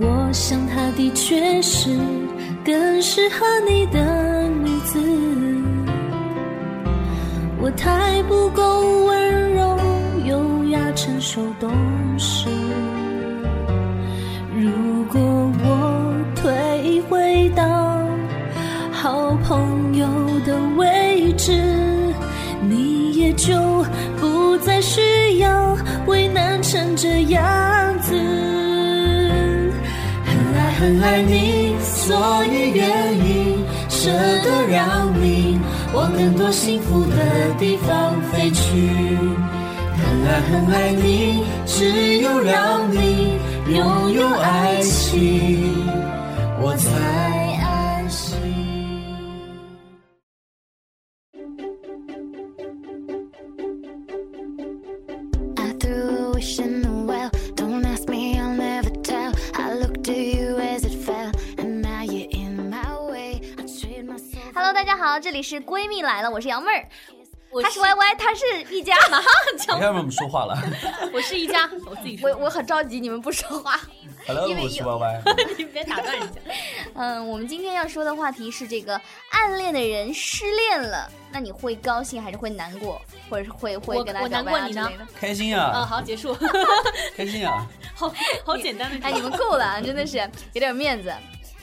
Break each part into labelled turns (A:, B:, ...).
A: 我想她的确是更适合你的女子，我太不够温柔，优雅成熟懂事。如果我退回到好朋友的位置，你也就不再需要为难成这样子。很爱很爱你，所以愿意舍得让你往更多幸福的地方飞去。很爱很爱你，只有让你拥有爱情，我才安心。
B: I threw a wish in the well. Don't ask me, I'll never tell. I looked to you as it fell, and now you're in my way. I trade my soul. for-
C: Hello，大家好，这里是闺蜜来了，我是杨妹儿，她是 Y Y，她是一家，马上
D: 你看我们说话了
E: 我是一家， 我自己说
C: 我 我很着急，你们不说话。
D: ，Hello，
C: 因为
D: 我是 Y Y，
E: 你别打断人家。
C: 嗯，我们今天要说的话题是这个暗恋的人失恋了，那你会高兴还是会难过，或者是会会
E: 我
C: 跟他
E: 我
C: 表
E: 难
C: 白
E: 过
C: 啊
E: 你
C: 之
E: 呢
C: 类的？
D: 开心
E: 啊，
D: 啊，
E: 好，结束，
D: 开心啊，
E: 好好简单的。
C: 哎，你们够了，啊，真的是有点面子。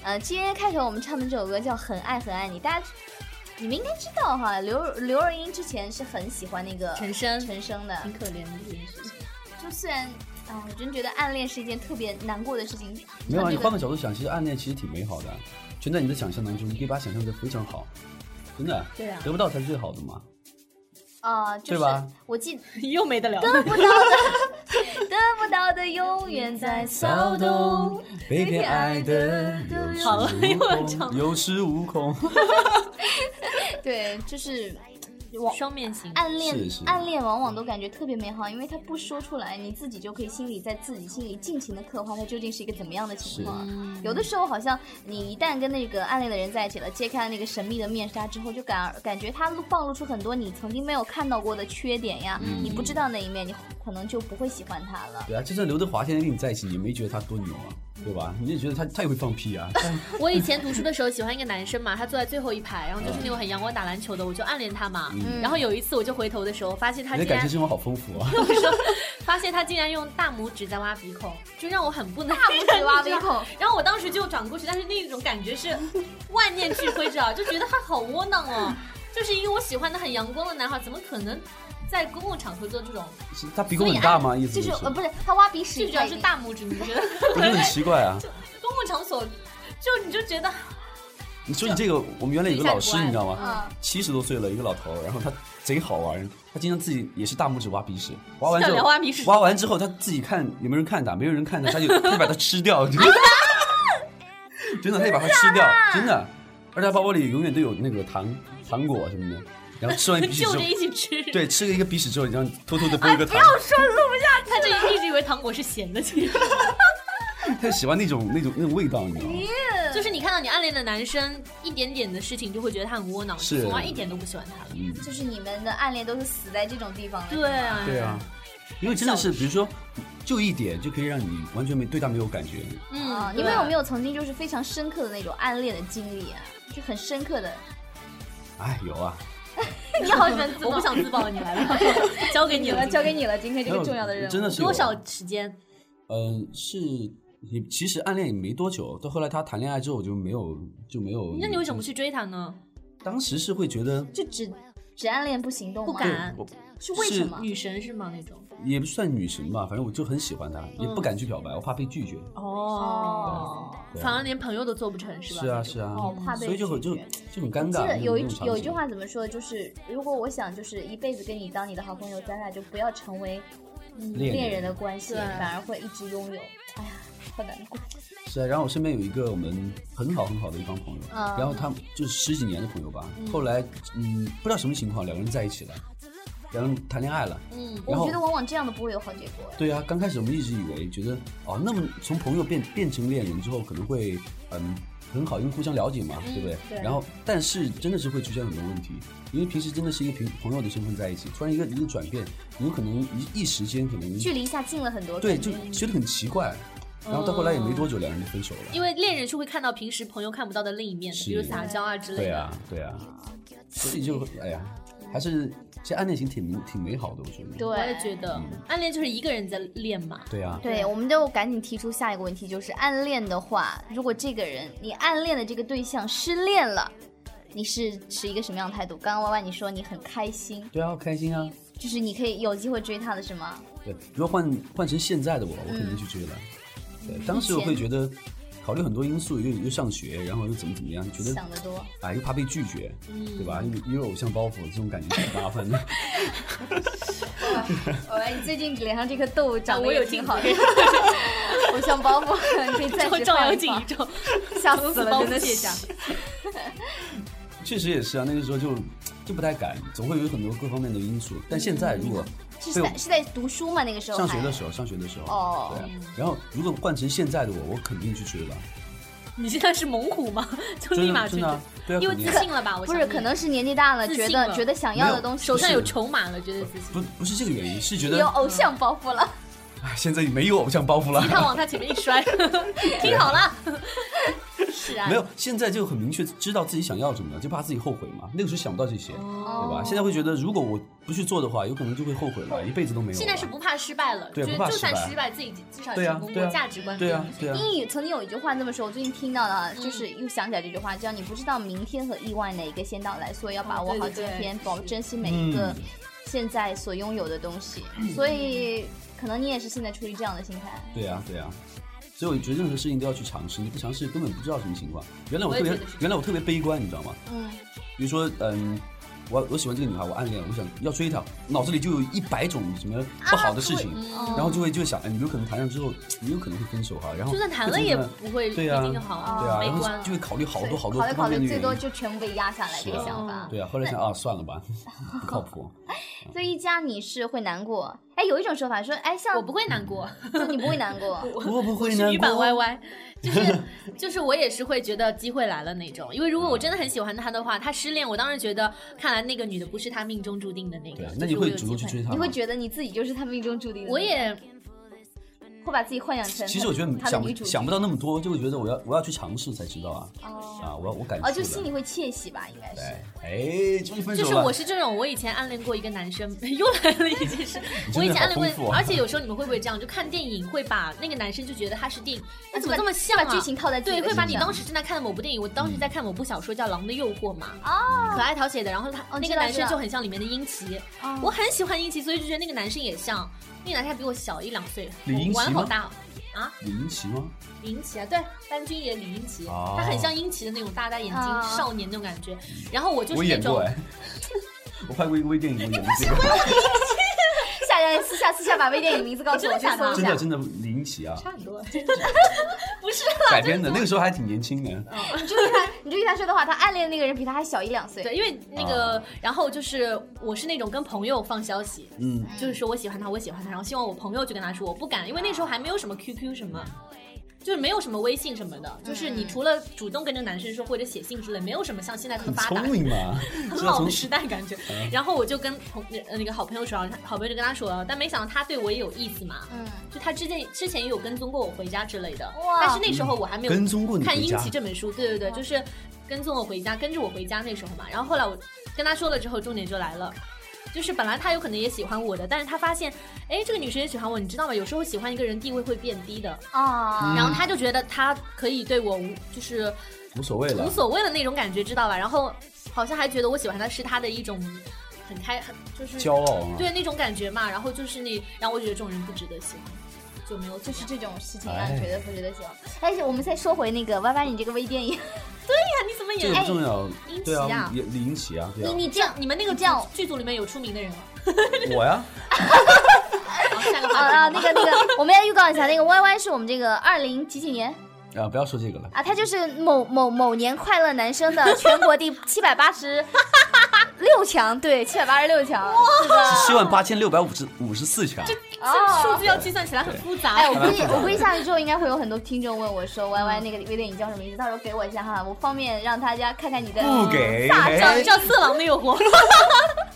C: 呃，今天开头我们唱的这首歌叫《很爱很爱你》，大家嗯你们应该知道哈，刘刘若英之前是很喜欢那个
E: 陈升
C: 陈升嗯的，
E: 挺可怜的这件事情。
C: 就虽然。啊，我真觉得暗恋是一件特别难过的事情。
D: 没有啊，
C: 像
D: 你
C: 这个
D: 换个角度想，其实暗恋其实挺美好的，全在你的想象当中，你可以把它想象的非常好，真的，
E: 对啊
D: 得不到才是最好的嘛。
C: 啊，就
D: 对
C: 是
D: 吧
C: 我记
E: 又没得聊。
C: 得不到的永远在骚动，
D: 被
C: 偏爱的都有恃无恐
E: 好了又要唱
D: 有恃无恐。
C: 对，就是
E: 双面型，
C: 暗恋，
D: 嗯是是
C: 暗恋往往都感觉特别美好，因为他不说出来，你自己就可以心里在自己心里尽情的刻画它究竟是一个怎么样的情况。有的时候好像你一旦跟那个暗恋的人在一起了，揭开了那个神秘的面纱之后，就感感觉他暴露出很多你曾经没有看到过的缺点呀，
D: 嗯
C: 你不知道那一面，你可能就不会喜欢他了。
D: 对啊，就算刘德华现在跟你在一起，你没觉得他多牛啊，对吧？你也觉得他他也会放屁啊。但
E: 我以前读书的时候喜欢一个男生嘛，他坐在最后一排，然后就是那种很阳光打篮球的，我就暗恋他嘛。
C: 嗯
D: 嗯
E: 然后有一次我就回头的时候，发现他
D: 你的
E: 竟
D: 感
E: 然
D: 情生活好丰富啊。
E: 我说，发现他竟然用大拇指在挖鼻孔，就让我很不耐
C: 大拇指挖鼻孔
E: 你知道然后我当时就转过去，但是那种感觉是万念俱灰，知道？就觉得他好窝囊哦，就是一个我喜欢的很阳光的男孩，怎么可能在公共场合做这种？
D: 是他鼻孔很大吗？意思
C: 就是呃，
D: 是
C: 不是他挖鼻屎，
E: 最主要是大拇指，你觉得？
D: 不是很奇怪啊？
E: 公共场所，就你就觉得
D: 你说你这个，我们原来有个老师，你知道吗
C: 嗯？
D: 七十多岁了，一个老头儿，然后他贼好玩，他经常自己也是大拇指挖鼻屎，挖完之
E: 是
D: 后
E: 的挖鼻屎
D: 挖完之后他自己看有没有人看他，没有人看他，他就他就把它吃掉， 真的，真的，他就把它吃掉，
E: 啊
D: 真的，而且他包包里永远都有那个糖糖果什么的，然后吃完鼻屎之
E: 就
D: 后
E: 着，一起啊吃，
D: 对，吃了一个鼻屎之后，你这样偷偷的剥一个糖，
E: 他这一直以为糖果是咸的，其实
D: 他就喜欢那种那种那种味道，你 知道
E: 啊
D: 吗？
E: 就是你看到你暗恋的男生一点点的事情，就会觉得他很窝囊，
D: 是
E: 从而一点都不喜欢他了。
C: 就是你们的暗恋都是死在这种地方的。
E: 对啊，
D: 对啊，因为真的是，比如说，就一点就可以让你完全没对他没有感觉。
C: 啊、
E: 嗯，
C: 你们有没
E: 有？
C: 有曾经就是非常深刻的那种暗恋的经历啊？就很深刻的，
D: 哎，有啊，
C: 你好喜欢自
E: 我不想自爆了，你来 吧，交给你
C: 了，
E: 了。
C: 交给你了，今天这个重要的任务。
D: 真的是有
E: 多少？时间？
D: 嗯，是也其实暗恋也没多久，到后来他谈恋爱之后，我就没有就没有。
E: 那你为什么不去追他呢？
D: 当时是会觉得
C: 就只只暗恋不行动吗？
E: 不敢
D: 我
C: 是为什么？
E: 女神是吗？那种？
D: 也不算女神吧，反正我就很喜欢他，也不敢去表白，我怕被拒绝。
E: 哦，
C: 哦，
D: 对
E: 反而连朋友都做不成，是吧？
D: 是啊是啊
C: 哦，怕被
D: 所以就很
C: 拒
D: 就
C: 绝
D: 就很尴
C: 记
D: 尬。
C: 得有一
D: 那种
C: 句
D: 场景
C: 有一句话怎么说？就是如果我想就是一辈子跟你当你的好朋友，咱俩就不要成为
D: 恋
C: 恋
D: 人
C: 人的关系，
E: 对
C: 反而会一直拥有。哎呀，好难过。
D: 是啊，然后我身边有一个我们很好很好的一帮朋友，
C: 嗯
D: 然后他们就是十几年的朋友吧，后来嗯不知道什么情况，两个人在一起了，两个人谈恋爱了，
E: 嗯，
D: 然
C: 我
D: 后
C: 觉得往往这样的不会有好结果。
D: 对啊，刚开始我们一直以为觉得哦，那么从朋友变变成恋人之后，可能会嗯很好，因为互相了解嘛，对不对？
C: 嗯对
D: 然后，但是真的是会出现很多问题，因为平时真的是一个朋朋友的身份在一起，突然一个一个转变，有可能一一时间可能
C: 距离一下近了很多，
D: 对
C: 感觉
D: 就觉得很奇怪，然后到后来也没多久，两人就分手了。
E: 因为恋人是会看到平时朋友看不到的另一面的，
D: 是
E: 比如撒娇啊之类的。
D: 对啊，对啊，所以就哎呀，还是其实暗恋型挺美挺美好的，我觉得。
C: 对，
E: 我也觉得暗恋就是一个人在恋嘛。
D: 对啊，
C: 对，我们就赶紧提出下一个问题，就是暗恋的话，如果这个人你暗恋的这个对象失恋了，你是持一个什么样的态度？刚刚歪歪你说你很开心，
D: 对啊，开心啊。
C: 就是你可以有机会追他的是吗？
D: 对，如果换换成现在的我，我肯
E: 嗯
D: 定去追了。对，当时我会觉得考虑很多因素，又又上学，然后又怎么怎么样，觉得
C: 想得多，
D: 啊又怕被拒绝，对吧？
E: 嗯
D: 又又有偶像包袱，这种感觉挺麻烦的。
C: 歪你最近脸上这颗痘长
E: 啊
C: 得
E: 我
C: 也
E: 有
C: 挺
E: 进
C: 好的
E: 步，
C: 偶像包袱， 你可以暂
E: 就会
C: 时
E: 照
C: 放
E: 妖
C: 一
E: 镜
C: 放
E: 一， 照，
C: 吓死 了，
E: 包
C: 真
E: 袱
C: 的
E: 卸
C: 是
E: 下。。
D: 确实也是啊，那个时候就就不太敢，总会有很多各方面的因素。但现
E: 嗯
D: 在如果
C: 是
D: 被我
C: 在是在读书吗？那个时
D: 哎
C: 候
D: 上学的
C: 候，
D: 时候，上学的时候，
C: 哦
D: 对
E: 嗯
D: 啊。然后如果换成现在的我，我肯定去追 了，
E: 你现在是猛虎吗？ 就
D: 真
E: 立马
D: 的
E: 去
D: 真的啊，对啊，
E: 因为
D: 肯定
E: 自信了吧？我
C: 不
E: 想
C: 是
E: 你
C: 可能是年纪大了，
E: 自
C: 觉
E: 信
C: 得
E: 了
C: 觉得想要
D: 没
C: 的
D: 有
C: 东西
E: 手上有
D: 是
E: 筹码了，觉得自己
D: 不不是这个原因，是觉
C: 有
D: 得
C: 偶像包袱了。
D: 哎现在没有偶像包袱 了。
E: 他往他前面一摔，听好 了。是啊，
D: 没有，现在就很明确知道自己想要什么了，就怕自己后悔嘛。那个时候想不到这些，
C: 哦
D: 对
E: 哦
D: 吧？现在会觉得，如果我不去做的话，有可能就会后悔了，一辈子都没有了。
E: 现在是不怕失败了，
D: 对
E: 觉得
D: 不怕
E: 就
D: 失败
E: 算失败，自己至少
D: 对
E: 成
D: 啊
E: 功
D: 对
E: 过，
D: 啊
E: 价值观
D: 对
E: 不一
D: 啊
E: 样，
D: 对啊，嗯
C: 英语曾经有一句话这么说，我最近听到了，就是又想起来这句话，叫你不知道明天和意外哪一个先到来，所以要把
D: 啊
C: 握好
E: 哦对
C: 今
E: 对对
C: 天，保珍惜每一个
D: 嗯
C: 现在所拥有的东西。所以可能你也是现在处于这样的心态，
D: 对啊，对啊。所以我觉得任何事情都要去尝试，你不尝试根本不知道什么情况。原来我
E: 我也
D: 特别
E: 觉得是，
D: 原来我特别悲观，你知道吗？
C: 嗯，
D: 比如说，嗯，我我喜欢这个女孩，我暗恋，我想要追她，脑子里就有一百种什么不好的事
E: 啊
D: 情，
E: 嗯
D: 然后就会就会想，哎，你有可能谈上之后，你有可能会分手哈、然后
E: 哦就算谈
D: 会
E: 了
D: 怎么
E: 也
D: 办
E: 不会一
D: 对啊
E: 定好，
D: 对啊，
E: 悲
D: 然后
E: 观
D: 就。会考虑好多好多
C: 考虑
D: 不
C: 考
D: 方面
C: 虑，
D: 的
C: 最
D: 原
C: 多
D: 因
C: 就全部被压下来这
D: 是
C: 个
D: 啊
C: 想法。
D: 对啊，后来想啊，算了吧， 不靠 谱。
C: 所以一家你是会难过，哎，有一种说法说，哎，像
E: 我不会难过，
C: 就你不会 难过，
D: 我不会
E: 是
D: 难
E: 女版
D: 过。
E: YY，就是就是我也是会觉得机会来了那种，因为如果我
D: 嗯
E: 真的很喜欢他的话，他失恋，我当然觉得看来那个女的不是他命中注定的那
D: 对
E: 个
D: 啊，，那
E: 就
D: 你
E: 是我
D: 会
E: 有
D: 主动
E: 机
D: 去
E: 会
D: 追她
C: 你
D: 吗？
C: 会觉得你自己就是他命中注定的，
E: 我也
C: 会把自己幻想成
D: 其实我觉得
C: 他的女
D: 想
C: 主
D: 想不到那么多，就会觉得我要我要去尝试才知道啊
C: 哦
D: 啊！我要我感
C: 哦，
D: 触
C: 就
D: 了
C: 心里会窃喜吧，应该是。
D: 对，哎，终于分手
E: 就
D: 了。
E: 是我是这种，我以前暗恋过一个男生， 又来了一件事。我以前暗恋
D: 你真的好丰富
E: 过，
D: 啊
E: 而且有时候你们会不会这样？就看电影会把那个男生就觉得他是电影，他怎么这么像啊？
C: 把剧情套在自己
E: 对，
C: 的啊
E: 会把你
C: 身上
E: 当时正在看的某部电影，我当时在看某部小说叫《狼的诱惑》嘛，
C: 哦，
E: 可爱桃写的。然后他
C: 哦
E: 那
C: 知
E: 个
C: 道
E: 男
C: 知
E: 生
C: 道
E: 就很像里面的英奇，
C: 哦
E: 我很喜欢英奇，所以就觉得那个男生也像。那个男生还比我小一两岁，
D: 李英奇
E: 我玩好
D: 吗
E: 大哦啊！
D: 李英奇吗？
E: 李英奇啊，对，班君也李英奇，
D: 哦
E: 他很像英奇的那种大大眼睛、
C: 啊
E: 少年那种感觉。然后我就
D: 我
E: 是那
D: 演
E: 种
D: 过哎， 我拍过一个微电影，我演过这个，
C: 下下私下私下把微电影名字告诉我，我去搜一
D: 真的
C: 下。
D: 真的李英奇啊，
E: 差很多，
D: 改编的，那个时候还挺年轻
E: 嗯
D: 的。
C: 你注意他，你注意他说的话，他暗恋的那个人比他还小一两岁。
E: 对，因为那
D: 哦
E: 个，然后就是我是那种跟朋友放消息，
D: 嗯，
E: 就是说我喜欢他，我喜欢他，然后希望我朋友去跟他说，我不敢，因为那时候还没有什么 QQ 什么。就是没有什么微信什么的，就是
C: 嗯
E: 你除了主动跟这个男生说或者写信之类，没有什么像现在这么
D: 很
E: 发达
D: 聪，明嘛，
E: 很
D: 知道
E: 好
D: 从嗯
E: 的时代感觉。然后我就跟同呃那个好朋友说，然后他好朋友就跟他说了，啊但没想到他对我也有意思嘛。
C: 嗯，
E: 就他之前之前也有跟踪过我回家之类的，
C: 哇
E: 但是那时候我还没有
D: 跟踪过你
E: 看《
D: 回
E: 英
D: 家
E: 奇》，这本书，对对对，就是跟踪我回家，跟着我回家那时候嘛。然后后来我跟他说了之后，重点就来了。就是本来他有可能也喜欢我的，但是他发现，哎，这个女生也喜欢我，你知道吗？有时候喜欢一个人地位会变低的，
C: 啊，
D: 嗯
E: 然后他就觉得他可以对我无就是
D: 无所谓
E: 无
D: 了。
E: 所谓的那种感觉，知道吧？然后好像还觉得我喜欢他是他的一种很开很就是
D: 骄傲啊，
E: 对那种感觉嘛。然后就是那，然后我觉得这种人不值得喜欢，就没有就
C: 就
E: 是是
C: 这种事情让
D: 哎
C: 你觉得不觉得行。但哎是我们再说回那个歪歪，你这个微电影，
E: 看你怎么
D: 这
E: 演
D: 个
E: 哎
D: 不重要
E: 英。
D: 对
E: 奇
D: 啊
E: 啊，
D: 也李英奇啊，对啊，
E: 你这样，你们那个
C: 这样
E: 剧组里面有出名的人吗？
D: 我呀，
E: 下个
C: 啊
E: 话题
C: 啊，那个那 个，我们要预告一下，那个 Y Y 是我们这个二零几几年
D: 啊，不要说这个了。
C: 啊，他就是某某某年快乐男生的全国第七百八十六强，对，七百八十六强，是的。
D: 七万八千六百五十五十四强，
E: 哦这数字要计算起来很复杂。
C: 哎，我估
D: 们
C: 计我估计下去之后应该会有很多听众问我说，Y
D: 嗯
C: Y 那个微电影叫什么名字？到时候给我一下哈，我方便让大家看看你的
D: 不给哎
C: 大
E: 叫
C: 招
E: 叫色狼的诱惑，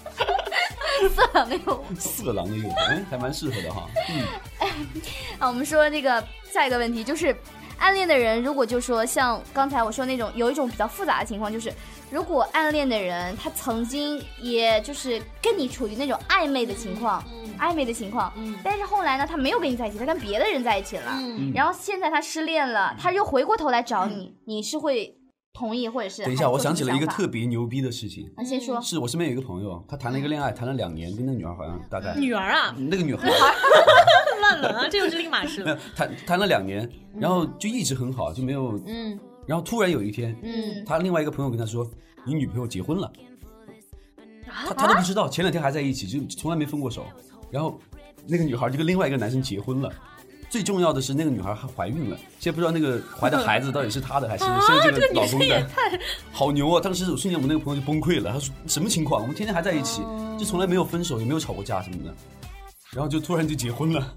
C: 色没有。
D: 色狼的诱惑，嗯，还蛮适合的哈。嗯，
C: 啊，我们说这个下一个问题就是，暗恋的人如果就说像刚才我说那种，有一种比较复杂的情况就是，如果暗恋的人他曾经也就是跟你处于那种暧昧的情况，
E: 嗯
C: 暧昧的情况，
E: 嗯
C: 但是后来呢，他没有跟你在一起，他跟别的人在一起了，
E: 嗯
C: 然后现在他失恋了，他又回过头来找你，你是会同意或者是
D: 等一
C: 还
D: 下，
C: 有
D: 我
C: 做
D: 想起
C: 出
D: 了一个
C: 想法
D: 特别牛逼的事情，
C: 啊，先说
D: 是我身边有一个朋友，他谈了一个恋爱，谈了两年，跟那女孩好像大概嗯
E: 女儿啊，
D: 那个女孩
E: 乱伦啊，这又是另码事
D: 没有
E: 了。
D: 谈谈了两年，然后就一直很好，就没有，
E: 嗯
D: 然后突然有一天，
C: 嗯
D: 他另外一个朋友跟他说，你女朋友结婚了，他
E: 啊，
D: 他都不知道，前两天还在一起，就从来没分过手，然后那个女孩就跟另外一个男生结婚了。最重要的是，那个女孩还怀孕了，现在不知道那个怀的孩子到底是她的还是现在这个老公的， 好牛啊！当时我瞬间我那个朋友就崩溃了，他说什么情况？我们天天还在一起，就从来没有分手，也没有吵过架什么的，然后就突然就结婚了，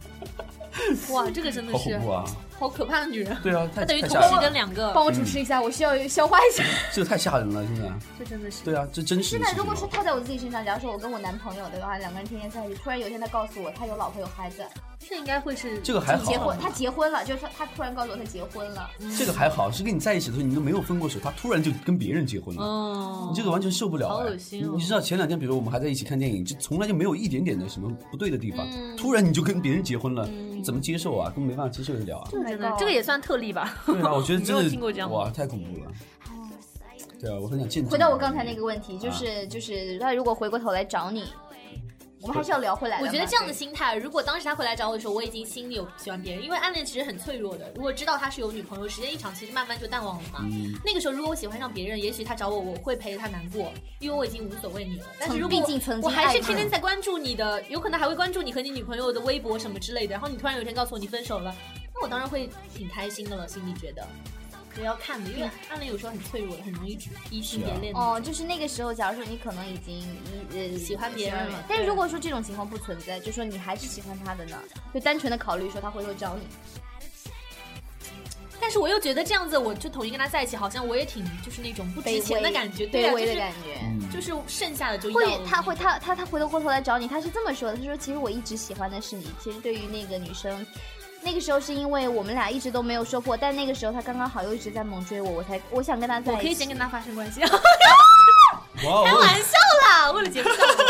E: 哇，这个真的
D: 好恐
E: 是
D: 怖啊！
E: 好可怕的女人，
D: 对啊， 太
E: 她等于
D: 太
E: 同
D: 吓人
E: 时
D: 了，
E: 跟两个，
C: 帮我主持一下，我需要消化一下。
D: 这个太吓人了，现在。
E: 这真的是
D: 对啊，这真实
C: 真
D: 的
C: 的
D: 事，情
C: 如果
D: 啊。
C: 是套在我自己身上，假如说我跟我男朋友的话，两个人天天在一起，突然有一天他告诉我他有老婆有孩子，
E: 这应该会是
D: 这个还
C: 结
D: 好啊嗯
C: 婚，，他结婚了，就是说他突然告诉我他结婚了，
D: 这个还好，是跟你在一起的时候你都没有分过手，他突然就跟别人结婚了。
E: 哦
D: 你这个完全受不了、哎
E: 好恶心哦
D: 你你知道前两天，比如我们还在一起看电影，就从来就没有一点点的什么不对的地方，
E: 嗯
D: 突然你就跟别人结婚了，怎么接受啊？根本没办法接受得了 啊！
E: 真
C: Oh
E: 的
C: my，god
E: 这个也算特例吧？
D: 对啊，我觉得真
E: 没
D: 的
E: 有听过这样的
D: 哇，太恐怖了。对啊，我很想见。
C: 回到我刚才那个，问题，就是就是他如果回过头来找你，我们还是要聊回来 的
E: 我
C: 嘛。
E: 觉得这样的
C: 对
E: 心态，如果当时他回来找我的时候，我已经心里有喜欢别人，因为暗恋其实很脆弱的。如果知道他是有女朋友，时间一长，其实慢慢就淡忘了嘛。
D: 嗯，
E: 那个时候，如果我喜欢上别人，也许他找我，我会陪着他难过，因为我已经无所谓你了。但是如果
C: 毕竟曾
E: 我
C: 经
E: 还
C: 爱
E: 是
C: 过
E: 天天在关注你的，有可能还会关注你和你女朋友的微博什么之类的，然后你突然有一天告诉我你分手了，那我当然会挺开心的了，心里觉得。也要看的，因为暗恋有时候很脆弱的，很容易移情别恋的。
C: 嗯哦，就是那个时候，假如说你可能已经呃
E: 喜欢别人了
C: 但是
E: 对
C: 如果说这种情况不存在，就说你还是喜欢他的呢，就单纯的考虑说他回头找你，
E: 但是我又觉得这样子，我就统一跟他在一起，好像我也挺就是那种不值钱的感觉，对
C: 卑
E: 啊，
C: 微的
E: 就
C: 感觉。
E: 是就是剩下的就要
C: 会
E: 了，
C: 他会他他他回头过头来找你，他是这么说的，他说其实我一直喜欢的是你，其实对于那个女生。那个时候是因为我们俩一直都没有说破，但那个时候他刚刚好又一直在猛追我，我才我想跟他在一
E: 我
C: 起。
E: 可以先跟他发生关系，
D: 哇哦，
E: 玩笑啦，为了节目效果，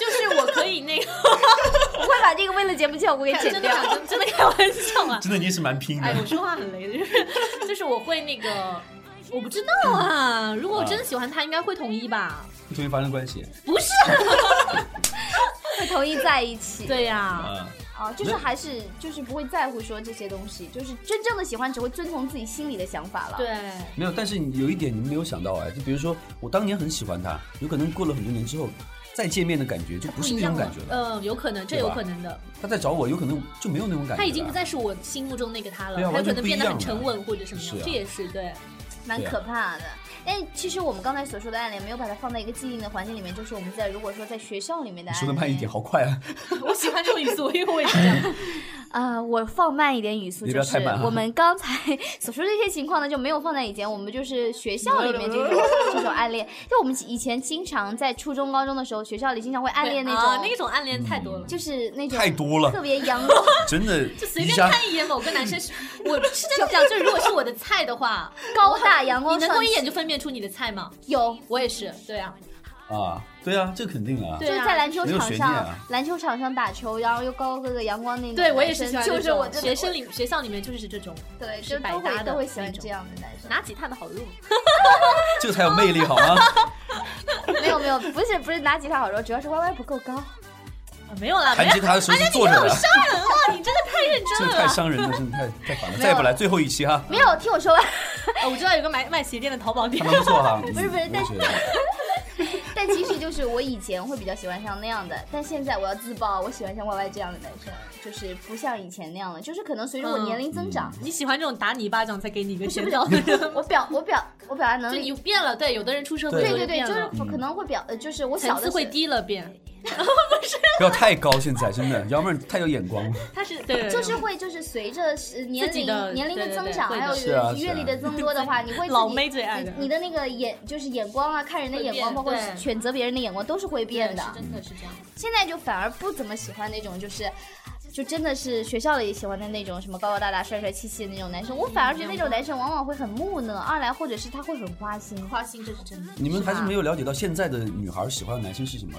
E: 就是我可以那个，
C: 我会把这个为了节目效果给
E: 真
C: 剪
E: 的
C: 掉。
E: 啊真真的开玩笑啊，
D: 真的你也是蛮拼的
E: 哎，。我说话很雷的，就是就是我会那个，我不知道啊，如果我真的喜欢他，应该会同意吧？
D: 终于发生关系
E: 不是，
C: 会同意在一 起。
E: 对呀，
D: 啊！
C: 啊，就是
D: 那
C: 还是就是不会在乎说这些东西，就是真正的喜欢只会遵从自己心里的想法
D: 啊
C: 了。，
E: 对，
D: 没有，但是你有一点你们没有想到哎，就比如说我当年很喜欢他，有可能过了很多年之后再见面的感觉就不是那种感觉了。
E: 嗯，有可能，这
D: 对吧
E: 有可能的。
D: 他在找我，有可能就没有那种感觉啊了。
E: 他已经不再是我心目中那个他了，
D: 对啊
E: 他
D: 完
E: 有可
D: 全
E: 能
D: 不一
E: 变
D: 样
E: 得
D: 了
E: 很沉稳或者什么样，
D: 是啊
E: 这也是对。
C: 蛮
D: 啊
C: 可怕的。但其实我们刚才所说的暗恋，没有把它放在一个既定的环境里面，就是我们在如果说在学校里面的
D: 你
C: 暗
D: 说
C: 恋，
D: 的慢一点，好快啊！
E: 我喜欢这种语速，因为我也是这样。
C: 啊、我放慢一点语速，
D: 你不
C: 就
D: 要
C: 是
D: 太慢啊
C: 我们刚才 所说的这些情况呢，就没有放在以前，我们就是学校里面这种
E: 嗯
C: 这种暗恋，就我们以前经常在初中、高中的时候，学校里经常会暗恋那种，
E: 啊那 种暗恋太
D: 嗯
E: 多了，就
C: 就是那种
D: 太多了
C: 特别阳光，
D: 真的，
E: 啊就随
D: 宜
E: 便
D: 家
E: 看一眼某个男生是，我是真的讲，就是如果是我的菜的话，
C: 高大阳
E: 你
C: 光
E: 能
C: 上
E: 够一眼就分辨出你的菜吗？
C: 有。
E: 我也是，对啊，
D: 啊，对啊，这肯定啊。
E: 对
C: 就是在篮球
D: 没有
C: 场
D: 悬
C: 上，
D: 念啊
C: 篮球场上打球，然后又高高个个阳光那种
E: 对我也
C: 男
E: 是
C: 生
E: 喜欢这
C: 就
E: 种
C: 是我真的
E: 学生里学校里面就是这种，
C: 对，
E: 是
C: 就
E: 百
C: 都
E: 搭
C: 会
E: 的
C: 都会喜欢
E: 那种
C: 这样的男 生。
E: 拿吉他的好用，
D: 这个才有魅力好吗？
C: 没有没有，不是不是拿吉他好说，主要是 Y Y 不够高。
E: 啊没有啦，没
D: 弹
E: 有
D: 吉他的时候是坐着
E: 哎
D: 的，
E: 啦，你真的太认
D: 这
E: 真
D: 个
E: 了
D: 太
E: 啦。
D: 伤人了，真的太太烦了。再不来最后一期哈，
C: 没有，听我说完。
D: 啊
E: 哦我知道有个买卖鞋店的淘宝店
D: 还，蛮不错哈。
C: 不是不是
D: 嗯
C: 但
D: 我觉得
C: 但其实就是我以前会比较喜欢上那样的，但现在我要自曝，我喜欢像 YY 这样的男生，就是不像以前那样了。就是可能随
E: 嗯
C: 着我年龄增长，
E: 你喜欢这种打你一巴掌才给你一个
C: 是
E: 甜
C: 不是
E: 枣的 人
C: 我表我表我表达能
E: 就
C: 力
E: 你，变了，对，有的人出社会
C: 对
E: 就
C: 对对，
E: 变
C: 就
E: 了，
C: 是可能会表，呃就是我小
E: 层
C: 的
E: 次
C: 时
E: 会低了变，
D: 不要太高，现在真的，要不然太有眼光了。
E: 他是对，对
C: 就是
E: 对
C: 会就是随着呃年
E: 自己
C: 龄
E: 的
C: 年龄
E: 对
C: 的
E: 对
C: 增
E: 对
C: 长，
E: 会
C: 还
E: 的
C: 有
D: 是啊
C: 阅
D: 是
C: 历
D: 啊
C: 的增多的话，你会自己
E: 老妹最爱
C: 你
E: 的
C: 你的那个眼就是眼光啊，看人的
E: 会
C: 眼
E: 变
C: 光，包括
E: 对
C: 选择别人的眼光都是会变的
E: 是。真的是这样。
C: 现在就反而不怎么喜欢那种就是。就真的是学校里喜欢的那种什么高高大大、帅帅气气的那种男生，我反而觉得那种男生往往会很木讷，二来或者是他会很花心，
E: 花心这是真的，
D: 你们还是
C: 吧
D: 没有了解到现在的女孩喜欢的男生是什么，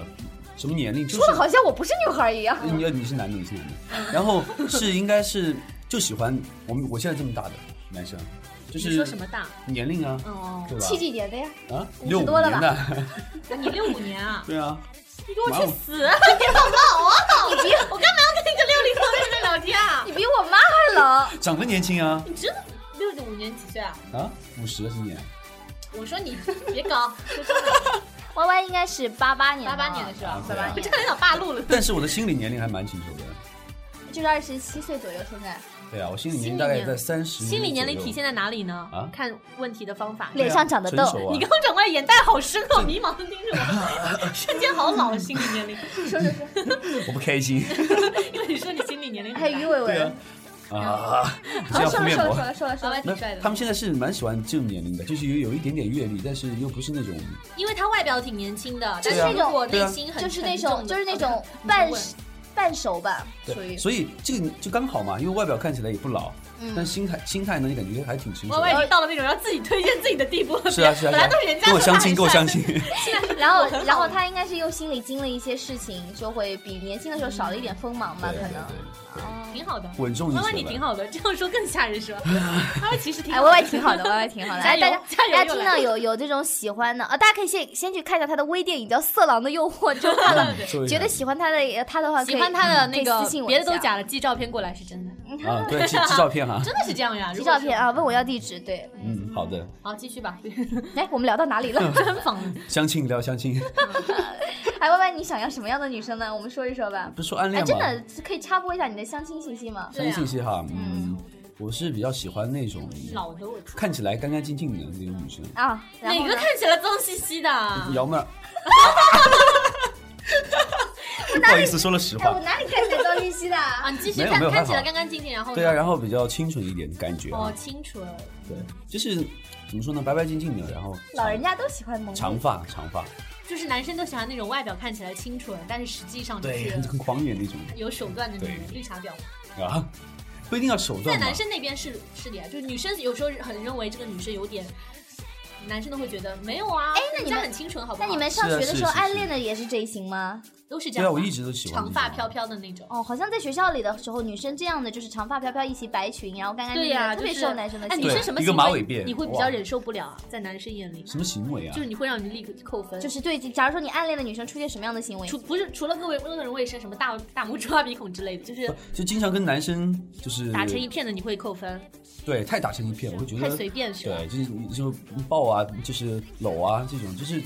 D: 什么年龄，就是
C: 说的好像我不是女孩一样。
D: 你你 是男的，你是男的，然后是应该是就喜欢我们我现在这么大的男生，就
E: 你
D: 是
E: 说什么大？
D: 年龄啊，
E: 哦，
D: 对吧？
C: 七几年的呀？
D: 啊，
C: 五
D: 六
C: 十
D: 五
C: 多了
D: 年
C: 吧
D: 的，？
E: 你六五年啊
D: 对啊，
E: 你给我
D: 妈我
E: 去死！ 你好老啊！你别，我干嘛要跟一个六零后在这聊天啊？
C: 你比我妈还老。
D: 长得年轻啊
E: 你真的六五年几岁啊？
D: 啊，五十今年，
E: 我说你别搞，
C: Y Y 应该是八八年，
E: 八八年的是吧？
D: 八啊八年
E: 我这有点暴露了。
D: 但是我的心理年龄还蛮成熟的，
C: 就是二十七岁左右。现在
D: 对啊，我心理年龄大概也在三十，
E: 心理年龄体现在哪里呢？
D: 啊
E: 看问题的方法。
C: 脸上长得
D: 成
C: 痘，
D: 熟啊
E: 你，刚刚讲过来眼袋好深哦， 迷茫的盯着我， 瞬间好老，心理年龄。
D: 我不开心
E: 因为你说你心理年龄很
C: 还有鱼尾
D: 对
C: 纹
D: 啊。啊，你是要敷
C: 说了
D: 面
C: 说了
D: 膜
C: 说。了说了
E: 老
C: 说了
E: 板。
D: 那
E: 挺帅
D: 他
E: 的，
D: 们现在是蛮喜欢这种年龄的，就是有有一点点阅历，但是又不是那种
E: 因为他外表挺年轻的，但
C: 就是是那
E: 我
C: 种，
D: 对
E: 内
D: 啊
E: 心很
C: 就是那
E: 沉重的
C: 种，就是那种
E: 你先
C: 半
E: 问
C: 半熟吧，属于
D: 对，。所以这个就刚好嘛，因为外表看起来也不老，但心态心态呢，你感觉还挺成熟
E: 我已
D: 的。
E: 经到了那种要自己推荐自己的地步 了。
D: 是啊是啊，
E: 本来
D: 是
E: 都是人
D: 啊
E: 家
D: 跟我
E: 说
D: 相
E: 他
D: 亲，
E: 很
D: 跟我
E: 帅
D: 相亲。
C: 然后
E: 我很好，
C: 然后他应该是又心里经历一些事情，就会比年轻的时候少了一点锋芒吧，
D: 对
C: 啊可
D: 对
C: 能。
D: 对，
E: 挺好的。
D: 稳重一些
E: 弯
D: 吧。
E: 弯你挺好的，这样说更吓人是吧？弯弯其实挺
C: 哎
E: 好
C: ，Y
E: 的
C: Y 挺好的 ，Y Y 挺好的。
E: 加
C: 哎，
E: 油
C: 大家
E: 加油
C: 大家
E: 又来
C: 听到
E: 了
C: 有有这种喜欢的啊，大家可以先先去看一下他的微电影，叫《色狼的诱 惑》，就看了
E: 对
D: 说一下，
C: 觉得喜欢他的呃他的话可以，
E: 喜欢他的
C: 可
E: 那
C: 以
E: 个
C: 私信，我
E: 别
C: 一
E: 的都
C: 下嗯
E: 假的，寄照片过来是真的，
D: 啊，对，寄寄照片哈。
E: 真的是这样呀。
C: 寄
E: 如果
C: 照
E: 是
C: 片。啊，问我要地址，对。
D: 嗯，好的，
E: 好，继续吧。
C: 哎，我们聊到哪 里了？
E: 专访了
D: 相亲聊相亲，
C: 哎，歪歪，你想要什么样的女生呢？我们说一说吧。
D: 不是说暗
C: 哎，
D: 恋
C: 真
D: 吗？
E: 啊
C: 的可以插播一下你的相亲信息吗？
D: 相
E: 对
D: 亲
E: 啊
D: 信息哈，嗯，我是比较喜欢那种
E: 老的我，
D: 看起来干干净净的那种女生，
C: 啊，然后
E: 哪
C: 呢
E: 个看起来脏兮兮的？
D: 瑶 妹儿。 不好意思，说了实
C: 哎，我
D: 话。
C: 哪里看起来脏兮兮的？
E: 啊，你继续
D: 没有
E: 看，
D: 没有
E: 看起
D: 还
E: 来
D: 好
E: 干干净净，然后呢
D: 对啊，然后比较清纯一点感觉啊
E: 哦，，清纯，
D: 对，就是怎么说呢，白白净净的，然后
C: 老人家都喜欢萌
D: 长
C: 妹。
D: 发长发，
E: 就是男生都喜欢那种外表看起来清纯，但是实际上就
D: 对，
E: 是
D: 很很狂野那种
E: 有手段的那种
D: 对
E: 绿茶婊。
D: 啊，不一定要手
E: 在
D: 段吧
E: 男，生那边是是的呀，就是女生有时候很认为这个女生有点，男生都会觉得没有啊，哎
C: 那你们
E: 很清纯好不
C: 那
E: 好？
C: 你们上
D: 是啊
C: 学的
D: 是
C: 时候
D: 是是
C: 暗恋的也是这一型吗？
E: 都是这
D: 对
E: 样
D: 啊，
E: 吧，
D: 我一直都喜欢
E: 长发
D: 这种
E: 飘飘的那种。
C: 哦，好像在学校里的时候，女生这样的就是长发飘飘，一起白裙，然后干干净
E: 对
C: 净
E: 呀、
C: 的，哎特别
E: 就是
C: 受男生的
E: 哎，
C: 喜
E: 女
D: 对
E: 生
C: 欢。
E: 什么
D: 一个
E: 行
D: 马
E: 为
D: 尾辫
E: 你会比较
D: 哇
E: 忍受不了啊？在男生眼里，
D: 什么行为啊
E: 就是？你会让你立刻扣分，
C: 就是对，假如说你暗恋的女生出现什么样的行为，
E: 除不是除了各位恶人卫生，什么大大拇指、挖鼻孔之类的，就是
D: 就经常跟男生就是
E: 打成一片的你会扣分，
D: 对太打成一片，我会觉
E: 太
D: 得
E: 随便是吧？
D: 嗯对，就是你就抱啊，就是搂啊，这种就是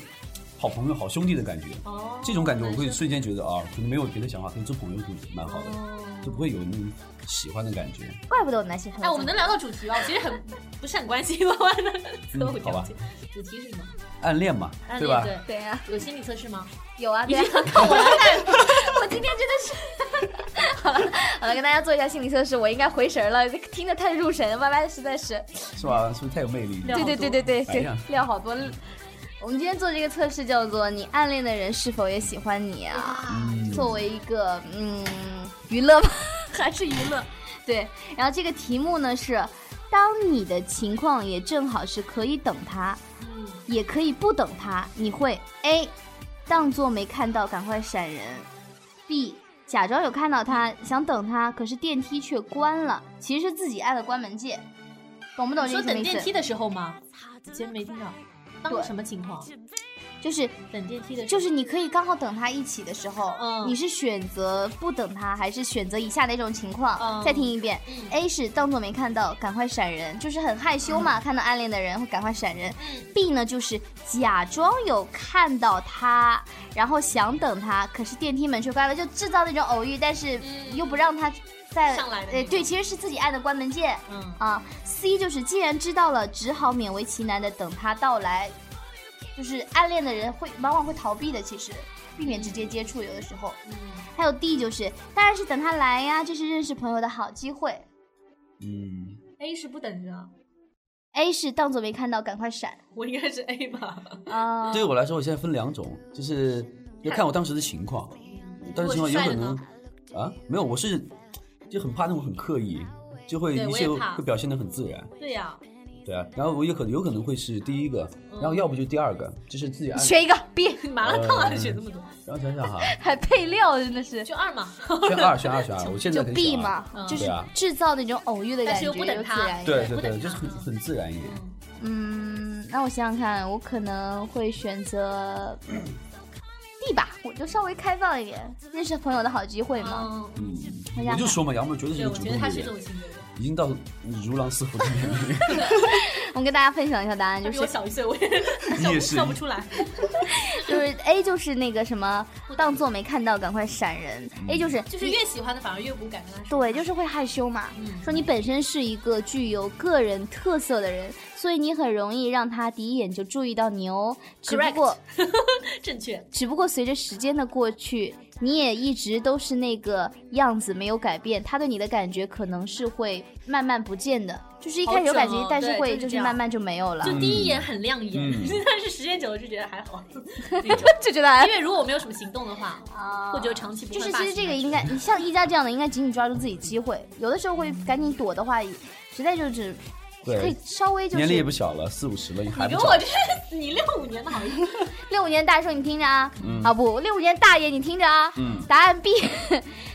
D: 好朋友、好兄弟的感觉。
E: 哦，
D: 这种感觉我会
E: 男生
D: 瞬间觉得啊，可能没有别的想法，可能做朋友就蛮好的，
E: 哦
D: 就不会有那种喜欢的感觉。
C: 怪不得我男性朋友
E: 哎，
C: 这么。
E: 我们能聊到主题吗？我其实很不是很关心弯弯的自我
D: 嗯好
E: 了
D: 吧
E: 解。主题是什么？
D: 暗恋嘛，
E: 暗
D: 对
E: 恋
D: 吧？
E: 对。
C: 对啊呀、
E: 有心理测试吗？
C: 有啊，对啊，看我来 看，我今天真的 是，好了好了，跟大家做一下心理测试，我应该回神了，听得太入神歪歪实在是，
D: 是吧？是不是太有魅力了？
E: 料
C: 对
E: 好
C: 对
E: 多
C: 对对对
D: 哎
C: 对
D: 呀，
C: 料好多。我们今天做这个测试叫做“你暗恋的人是否也喜欢你”啊？
D: 嗯
C: 作为一个嗯娱乐吧， 还是娱乐？对，然后这个题目呢是，当你的情况也正好是可以等他，
E: 嗯，
C: 也可以不等他，你会 A 当做没看到，赶快闪人；B 假装有看到他，想等他，可是电梯却关了，其实是自己按了关门键，懂不懂
E: 你
C: 这
E: 说
C: 什么
E: 等
C: 意
E: 电梯
C: 思？
E: 的时候吗？今天没听到。当
C: 对
E: 什么情况？
C: 就是
E: 等电梯的时候，
C: 就是你可以刚好等他一起的时候，
E: 嗯
C: 你是选择不等他，还是选择以下哪种情况？
E: 嗯
C: 再听一遍、a 是当做没看到，赶快闪人，就是很害羞嘛，
E: 嗯
C: 看到暗恋的人会赶快闪人。B 呢，就是假装有看到他，然后想等他，可是电梯门却关了，就制造那种偶遇，但是
E: 嗯
C: 又不让他在
E: 上来的那
C: 呃，
E: 种
C: 对，其实是自己按的关门键。
E: 嗯，
C: 啊，C 就是既然知道了，只好勉为其难的等他到来，就是暗恋的人会往往会逃避的，其实避免直接接触，有的时候。还有 D 就是当然是等他来呀，这是认识朋友的好机会。
D: 嗯，
E: A 是不等着，
C: A 是当做没看到，赶快闪
E: 我应该是 A 吧？
C: 啊！
D: 对我来说，我现在分两种，就是要看我当时的情况，
E: 哦
D: 当时情况有可能啊，没有，我是就很怕那种很刻意，就会
E: 对
D: 一
E: 我
D: 切
E: 也怕
D: 会表现的很自然，
E: 对呀、
D: 对啊，然后我也可能有可能会是第一个，
E: 嗯
D: 然后要不就第二个，就是自己按，
C: 选一个 B，
E: 麻辣烫还选那么多，
D: 然后想 想哈，
C: 还配料真的是
E: 就二嘛。
D: 选二选二选二，我现在
C: 就
D: 肯
C: B
D: 定选
C: 嘛
D: 二，
E: 嗯
C: 就是
D: 对啊
C: 制造那种偶遇的
E: 但
C: 感觉，
E: 是又不等他
C: 自然一点
D: 对
E: 不
D: 对
E: 能
D: 对，就是很很自然一点，
C: 嗯，那我想想看，我可能会选择 B 吧，我就稍微开放一点，认识朋友的好机会嘛。
E: 嗯，
D: 嗯
C: 大家，
D: 我就说嘛，杨梦绝对是
E: 对，
D: 个
E: 我
D: 主
E: 觉
D: 动的
E: 得他是一
D: 人
E: 种，性格的。
D: 已经到如狼似虎的 年龄，
C: 我跟大家分享一下答案，
E: 他
C: 就
E: 比我
C: 是
E: 小一岁，我 也
D: 你
E: 笑
D: 也
E: 不
D: 是
E: 笑不出 来。
C: 就是 A 就是那个什么，当做没看到，赶快闪人。A 就是
E: 就是越喜欢的反而越不敢跟他说。
C: 对，就是会害羞嘛。
E: 嗯
C: 说你本身是一个具有个人特色的人，所以你很容易让他第一眼就注意到你哦。只不
E: Correct
C: 过
E: 正确。
C: 只不过随着时间的过去，你也一直都是那个样子没有改变，他对你的感觉可能是会慢慢不见的，就是一开始有感情
E: 好准哦，
C: 但是会
E: 对就是
C: 就
E: 这
C: 是
E: 样
C: 慢慢就没有了，
E: 就第一眼很亮眼，
D: 嗯
E: 但是时间久了就觉得还 好那种。
C: 就觉得哎
E: 因为如果我没有什么行动的话，或者长期不
C: 啊就是
E: 换发
C: 其
E: 型
C: 实这个应该，你像一加这样的，应该紧紧抓住自己机会，有的时候会赶紧躲的话，实在就只可以
D: 对，
C: 稍微就
D: 年龄也
C: 是
D: 不小了，四五十了，你还
E: 你
D: 不
E: 跟
D: 长
E: 我这你六五年的好意思，
C: 六五年大叔你听着啊，啊不，六五年大爷你听着啊，
D: 嗯
C: 答案 B。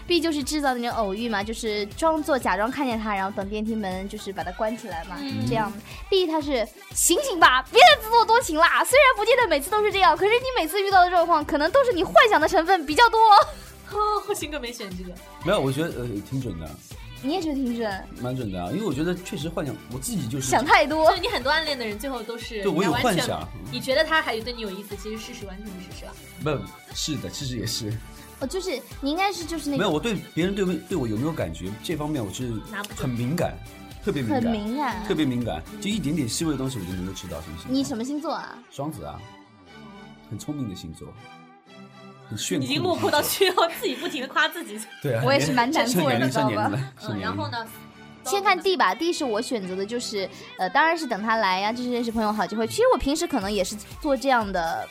C: B 就是制造那种偶遇嘛，就是装作假装看见他，然后等电梯门就是把它关起来嘛，这样。B 他是醒醒吧，别再自作多情啦！虽然不见得每次都是这样，可是你每次遇到的状况，可能都是你幻想的成分比较多 哦。
E: 哦，幸哥没选这个，
D: 没有，我觉得呃挺准的，
C: 你也觉得挺准，
D: 蛮准的啊，因为我觉得确实幻想我自己就是
C: 想太多
E: 就是。你很多暗恋的人最后都是
D: 对我有
E: 完
D: 幻
E: 全
D: 想
E: 你觉得他还对你有意思，其实事实啊完全不是，是吧？
D: 不是的，其实也是
C: 哦，就是你应该是就是那
D: 没有。
C: 种
D: 我对别人对我对我有没有感觉这方面，我是
E: 拿不准
D: 很敏感，特别敏
C: 很
D: 感，
C: 敏感。
D: 特别敏感，就一点点细微的东西我就能够知道，是不是？
C: 你什么星座啊？
D: 双子啊，很聪明的星座，很炫酷的星座，
E: 已经落魄到需要自己不停的夸自己。
D: 对啊，
C: 我也是蛮胆
D: 上
C: 粗
D: 年
C: 的
D: 龄，上
C: 知
D: 年
C: 道
D: 龄了，
C: 吧
D: 上
E: 嗯，
D: 年
E: 然
D: 龄
E: 后呢？
C: 先看 D 吧，D 是我选择的，就是呃，当然是等他来呀、就是认识朋友好机会。其实我平时可能也是做这样的，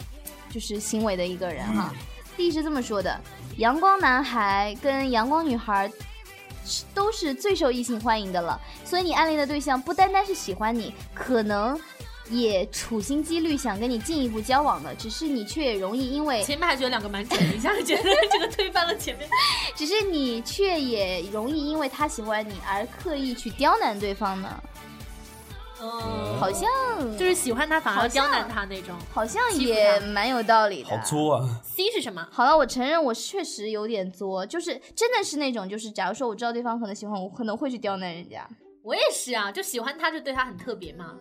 C: 就是行为的一个人哈。D 是这么说的：阳光男孩跟阳光女孩是都是最受异性欢迎的了，所以你暗恋的对象不单单是喜欢你，可能。也处心积虑想跟你进一步交往的，只是你却容易因为
E: 前面还觉得两个蛮准的，一下就觉得这个推翻了前面。
C: 只是你却也容易因为他喜欢你而刻意去刁难对方呢，
E: 嗯，
C: 好像
E: 就是喜欢他反而
C: 好像
E: 刁难他那种。
C: 好像
E: 欺负
C: 也
E: 他
C: 蛮有道理的。
D: 好作啊，
E: C 是什么？
C: 好了，我承认我确实有点作，就是真的是那种，就是假如说我知道对方可能喜欢我，可能会去刁难人家，
E: 我也是啊，就喜欢他就对他很特别嘛，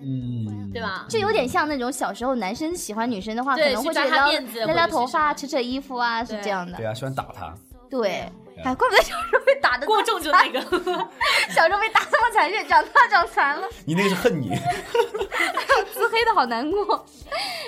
D: 嗯，
E: 对？啊吧？
C: 就有点像那种小时候男生喜欢女生的话，可
E: 对
C: 能会
E: 去抓
C: 去
E: 她
C: 撩
E: 辫子
C: 撩
E: 或
C: 撩
E: 者
C: 头
E: 是
C: 发、扯
E: 什
C: 扯衣服啊，是
E: 对
C: 这样的
D: 对。啊，喜欢打他，
C: 对，
D: 对啊
C: 哎，怪不得小时候被打的，
E: 过重就那 个，
C: 小时候被打这么惨烈，长大长残了。
D: 你那个是恨你，
C: 自黑的好难过。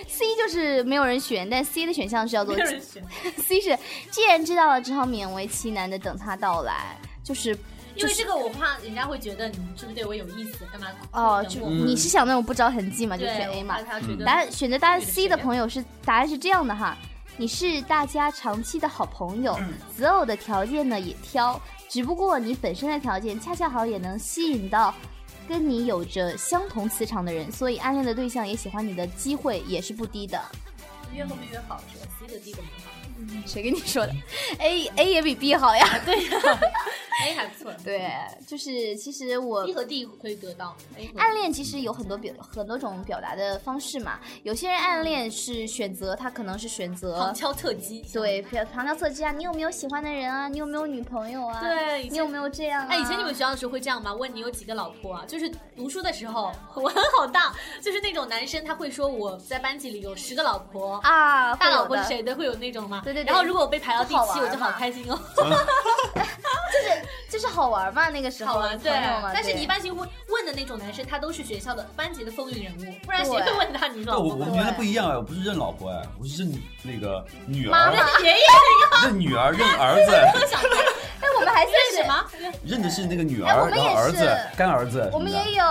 C: C 就是没有人选，但 C 的选项是叫做
E: 没有人选，
C: C 是，既然知道了，只好勉为其难的等他到来，就是
E: 因为这个我怕人家会觉得你是不是对我有意思，干嘛
C: 哦，
E: 等
C: 就
E: 我
C: 你是想那种不着痕迹嘛，就
E: 对
C: 选 A 嘛
E: 我。怕他觉得
C: 答案选择答案
E: 对
C: C 的朋友是答案是这样的哈，你是大家长期的好朋友，择偶的条件呢也挑，只不过你本身的条件恰恰好也能吸引到跟你有着相同磁场的人，所以暗恋的对象也喜欢你的机会也是不低的。
E: 约会不约好是吧？C 的 D 的没好，
C: 谁跟你说的？A A 也比 B 好呀。
E: 对呀，哎，还不错，
C: 对，就是其实我
E: C 和 D 可以得到 A 和 D
C: 暗恋其实有很多表很多种表达的方式嘛，有些人暗恋是选择，他可能是选择
E: 旁。敲侧击，
C: 对，比如旁敲侧击啊，你有没有喜欢的人啊？你有没有女朋友啊？
E: 对以前
C: 你有没有这样、啊？
E: 哎，以前你们学校的时候会这样吗？问你有几个老婆啊？就是读书的时候，我很好大，就是那种男生他会说我在班级里有十个老婆，
C: 啊，
E: 大老婆
C: 会有
E: 是
C: 的
E: 谁的会有那种吗？
C: 对对对
E: 然后如果我被排到第
C: 好
E: 七，
C: 玩
E: 我就好
C: 嘛
E: 开心哦，
C: 就是好玩嘛，那个时
E: 好
C: 候
E: 玩对。
C: 朋友嘛
E: 但是
C: 对
E: 你一般性会问的那种男生，他都是学校的班级的风云人物，不然谁
C: 对
E: 会问他你
D: 但
E: 老
D: 我
E: 婆
D: 我
E: 呢？
D: 们原来不一样哎，我不是认老婆哎，我是认那个女
C: 妈
D: 儿，
C: 妈，
E: 爷爷
D: 认女儿，认儿子，
E: 都想问
C: 哎，我们还算
E: 认
C: 是
E: 什？么？
D: 认的是那个女
C: 哎我
D: 儿，
C: 们也
D: 然后儿子
C: 是、
D: 干儿子，
C: 我们也，有，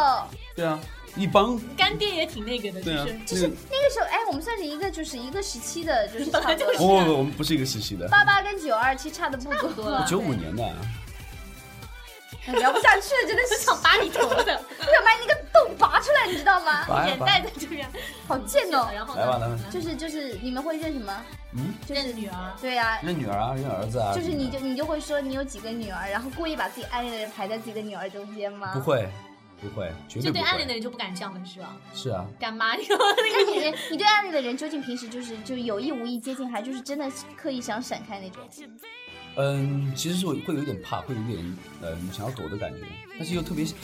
D: 对啊，一帮，
E: 干爹也挺那个的，就
D: 对啊
E: 是。，
D: 就是
C: 那个时候，哎，我们算是一个就是一个时期的， 就是差不
E: 本
C: 多
E: 来
D: 不
E: 就
C: 了。
D: 不不，我们不是一个时期的，
C: 八八跟九二其实差的不多，
D: 九五年的啊，
C: 聊不下去了，真的是
E: 想拔你头的，
C: 我想把你那个洞拔出来，你知道吗？
D: 来
E: 眼
D: 吧
E: 袋的这样，
C: 好贱哦！
E: 然后呢
D: 来吧，咱们，
C: 就是就是，你们会认什么？
D: 嗯，
E: 认女儿，
C: 对呀、
D: 认女儿啊，认儿子啊，
C: 就是你就你就会说你有几个女儿，然后故意把自己暗恋的人排在自己的女儿中间吗？
D: 不，会，不会，绝
E: 就
D: 不
E: 对暗恋的
D: 会，
E: 人就不敢这样了，是吧？
D: 是啊，
E: 干妈，你说那
C: 那
E: 个
C: 你
E: 女人
C: 人你对暗恋的人究竟平时就是就有意无意接近，还就是真的刻意想闪开那种？
D: 嗯，其实是会会有点怕，会有点呃想要躲的感觉，但是又特别想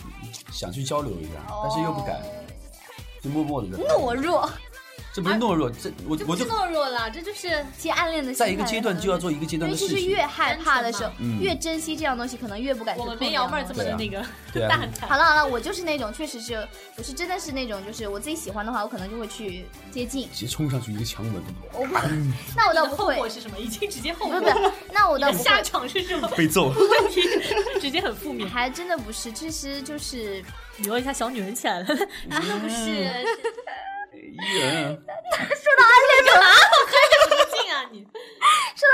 D: 想去交流一下，但是又不敢，就默默的。
C: 哦懦弱，
D: 这不是懦弱，这我
E: 这不
D: 我
E: 是
D: 就
E: 懦弱了，这就是
C: 其实暗恋的心态
D: 在一个阶段就要做一个阶
C: 很，
D: 段
C: 尤
D: 的
C: 其
D: 事
C: 是
D: 情。
C: 越害怕的时候，
D: 嗯
C: 越珍惜这样东西，可能越不敢去
E: 我
C: 碰
E: 们
C: 这
E: 没
C: 样
E: 瑶妹儿
C: 东
E: 这
C: 西
E: 么的那个
D: 对啊
E: 大胆。
C: 好了好了，我就是那种，确实是，我是真的是那种，就是我自己喜欢的话，我可能就会去接近。
D: 直接冲上去一个强吻，
C: 我不，那我倒
E: 你的
C: 不
E: 后
C: 会，
E: 果是什么？已经直接后
C: 不
E: 果
C: 是不，是，那我
E: 你
C: 倒
E: 的
C: 不
E: 下
C: 会，
E: 场是什么
D: 被 揍。
E: 问题？直接很负面。
C: 还真的不是，其实就是
E: 你问一下小女人起来了，她都不啊是
C: 嗯
D: 啊
E: 劲啊你。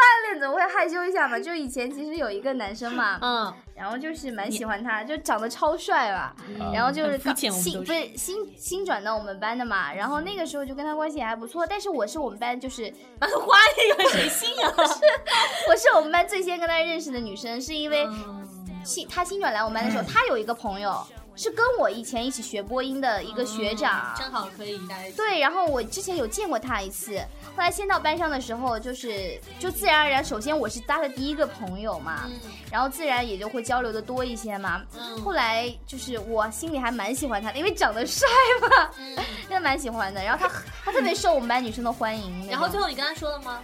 C: 暗恋总会害羞一下嘛。就以前其实有一个男生嘛，
E: 嗯，
C: 然后就是蛮喜欢他，就长得超帅嘛，然后就是
E: 嗯很肤浅我们
C: 新
E: 都
C: 不是新新转到我们班的嘛，然后那个时候就跟他关系还不错，但是我是我们班就是
E: 花那个谁信啊？
C: 我是我们班最先跟他认识的女生，是因为
E: 嗯
C: 新他新转来我们班的时候，他有一个朋友是跟我以前一起学播音的一个学长，
E: 嗯正好可以大家一起。
C: 对，然啊后我之前有见过他一次，后来先到班上的时候，就是就自然而然，首先我是他的第一个朋友嘛，然后自然也就会交流的多一些嘛。
E: 嗯
C: 后来就是我心里还蛮喜欢他的，因为长得帅 嘛，真的蛮喜欢的。然后他他特别受我们班女生的欢迎那种，
E: 然后最后你跟他说了吗？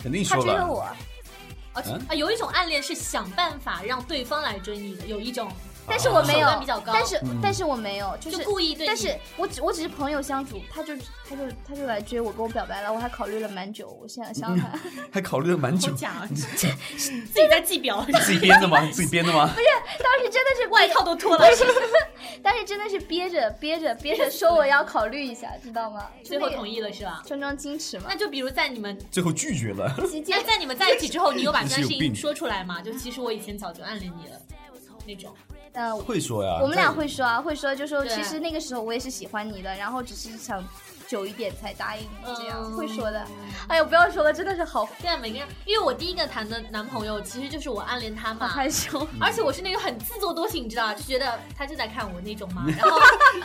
D: 肯定
C: 他
D: 说
C: 追了
D: 了。
C: 我，
E: 哦
D: 嗯
E: 啊，有一种暗恋是想办法让对方来追你的，有一种
C: 但是我没
E: 手
C: 有
E: 段比较，高嗯
C: 但是但是我没有，就。
E: 就是故意对你。
C: 但是我只我只是朋友相处，他就他就他就来追我，跟我表白了，我还考虑了蛮久。我现在想 想看，
D: 还考虑了蛮久
E: 好，假，啊自己在记 表，
D: 自己编的吗？自己编的吗？
C: 当时真的是
E: 外
C: 被
E: 套都脱了，
C: 但是真的是憋着憋着憋 着说我要考虑一下，知道吗？
E: 最后同
C: 意，
E: 意了是吧？
C: 装装矜持嘛
E: 那。就比如在你们
D: 最后拒绝了。
C: 期间
E: 那在你们在一起之后，你有把这件事
D: 你是有
E: 情
D: 病
E: 说出来吗？就其实我以前早就暗恋你了，那种。
C: 呃，
D: 会说呀，
C: 我们俩会说啊，会说就说
E: 对
C: 其实那个时候我也是喜欢你的，然后只是想久一点才答应你这样，
E: 嗯
C: 会说的。哎呦，不要说了，真的是好
E: 对啊，每个人，因为我第一个谈的男朋友其实就是我暗恋他嘛，
C: 害羞。
E: 而且我是那种很自作多情，你知道吧？就觉得他正在看我那种 嘛。然后，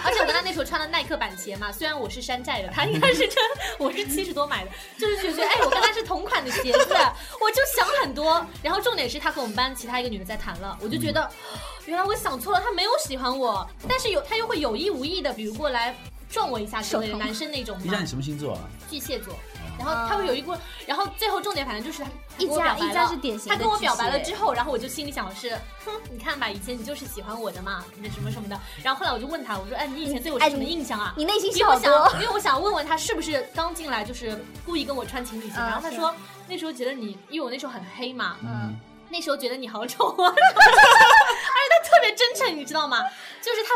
E: 而且我跟他那时候穿的耐克板鞋嘛，虽然我是山寨的，他应该是真， 我是七十多买的，就是觉得哎，我跟他是同款的鞋子，我就想很多。然后重点是他和我们班其他一个女的在谈了，我就觉得、
C: 嗯
E: 原来我想错了，他没有喜欢我，但是有他又会有意无意的，比如过来撞我一下之类的，
C: 手疼
E: 男生那种
D: 一下
E: 嘛
D: 你，什么星座啊？
E: 巨蟹
C: 哦
E: 座。然后他会有一股，然后最后重点反正就是他
C: 一
E: 跟我表
C: 家
E: 白了
C: 一家是典型的
E: 他跟我表白了
C: 巨蟹
E: 之后，然后我就心里想的是，哼，你看吧，以前你就是喜欢我的嘛，那什么什么的。然后后来我就问他，我说，哎，你以前对我是
C: 哎
E: 什么
C: 你
E: 印象啊？
C: 你内心
E: 因
C: 戏
E: 为我
C: 好多
E: 想，因为我想问问他是不是刚进来就是故意跟我穿情侣鞋。
C: 嗯
E: 然后他
C: 是
E: 说那时候觉得你，因为我那时候很黑嘛，
D: 嗯，
E: 那时候觉得你好丑啊，而 且他特别真诚，你知道吗？就是他。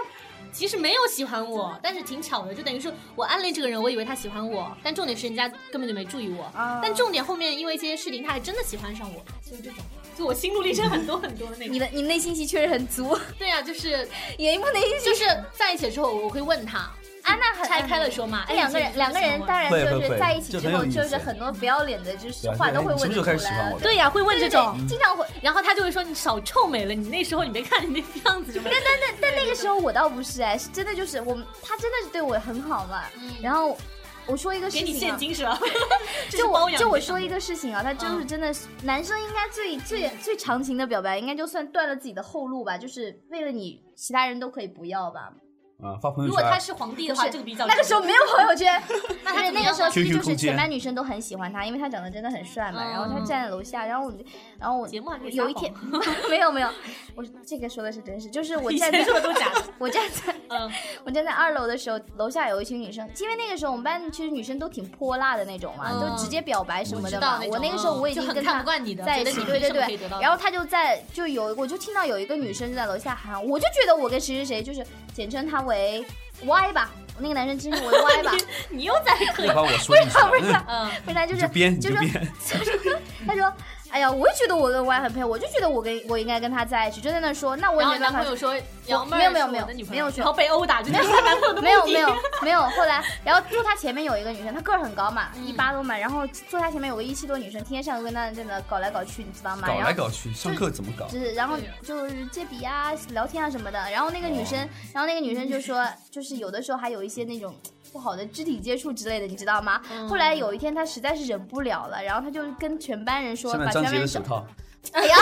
E: 其实没有喜欢我，但是挺巧的，就等于说我暗恋这个人，我以为他喜欢我，但重点是人家根本就没注意我。
C: 啊
E: 但重点后面因为一些事情，他还真的喜欢上我，就是这种，就我心路历程很多很多的那
C: 你
E: 种。
C: 的你内心戏确实很足，
E: 对呀、就是
C: 演一部内心戏
E: 就是在一起之后，我会问他。
C: 安娜很
E: 拆开了说嘛。哎，
C: 两个人，两个人当然
D: 会
C: 就
D: 会
C: 是
D: 会
C: 在一起之
D: 就很
C: 后，
D: 有意思
C: 就是很多不要脸的，就是
D: 对啊
C: 话都会
D: 你什么
C: 问得
D: 时候
C: 出
D: 开始喜欢
C: 来啊
D: 我。的？
E: 对呀、会问这
C: 对对
E: 种。
C: 对，经常会。
E: 然后他就会说你少臭美了，你那时候你没看你那个样子就没。
C: 但但但那个时候我倒不是哎，是真的就是我们，他真的是对我很好嘛。然后我说一个
E: 嗯
C: 事
E: 给你
C: 情
E: 现
C: 啊，
E: 金是 吧？这是
C: 就
E: 包
C: 我
E: 养
C: 就我
E: 对象
C: 说一个事情啊，他就是
E: 嗯
C: 真的是男生应该最最最长情的表白，应该就算断了自己的后路吧，就是为了你，其他人都可以不要吧。
D: 啊，发朋友
E: 如果
D: 圈
E: 他是皇帝的
C: 不
E: 话，
C: 是
E: 这个比较
C: 那个时候没有朋友圈，
E: 那
C: 对
E: 他
C: 那个时候其
D: QQ
C: 实就是
D: 空间
C: 全班女生都很喜欢他，因为他长得真的很帅嘛。
E: 嗯
C: 然后他站在楼下，然后我就，然后我
E: 节目还可以撒
C: 有 一天没有没有，我这个说的是真事，就是我
E: 以
C: 站
E: 前
C: 在
E: 说的都假的。
C: 我站在
E: 嗯，
C: 我站在二楼的时候，楼下有一群女生，因为那个时候我们班其实女生都挺泼辣的那种嘛，
E: 嗯
C: 都直接表白什么的嘛
E: 我知道那。种嗯
C: 我那个时候我已经
E: 就很
C: 跟
E: 看
C: 他
E: 不惯你的
C: 在一
E: 觉
C: 起，
E: 得你
C: 对对
E: 是不可以得
C: 对
E: 到。的
C: 然后他就在就有，我就听到有一个女生就在楼下喊，我就觉得我跟谁谁谁就是简称他为 Y 吧，我那个男生称之为 Y 吧，
E: 你又在刻意
D: 又。把我说进去了，
C: 不是
D: 嗯
E: 嗯，
C: 不是他就
D: 你
C: 是
D: 就编你就
C: 说
D: 编，
C: 他说。哎呀，我也觉得我跟 Y 很配，我就觉得我跟我应该跟他在一起，就在那说，那我也
E: 然后
C: 没
E: 你男
C: 办法
E: 朋友说杨妹儿
C: 没有
E: 是
C: 没有没有
E: 我的女朋
C: 没
E: 友
C: 有说
E: 然后被殴打，这就是她男朋友的
C: 没有
E: 目
C: 没 有
E: 的。
C: 没有，后来然后坐他前面有一个女生，她个儿很高嘛，
E: 嗯
C: 一八多嘛，然后坐他前面有个一七多女生，天天上课跟他在那搞来搞去，你知道吗？
D: 搞
C: 然
D: 来
C: 后
D: 搞去，上课怎么搞？
C: 就是，然后
E: 对呀
C: 就是借笔啊、聊天啊什么的。然后那个女生，
D: 哦
C: 然后那个女生就说，就是有的时候还有一些那种不好的肢体接触之类的，你知道吗？
E: 嗯
C: 后来有一天她实在是忍不了了，然后她就跟全班人说，
D: 下面
C: 把全
D: 张
C: 班
D: 杰的
C: 人
D: 手
C: 手，
D: 套，
C: 哎呀，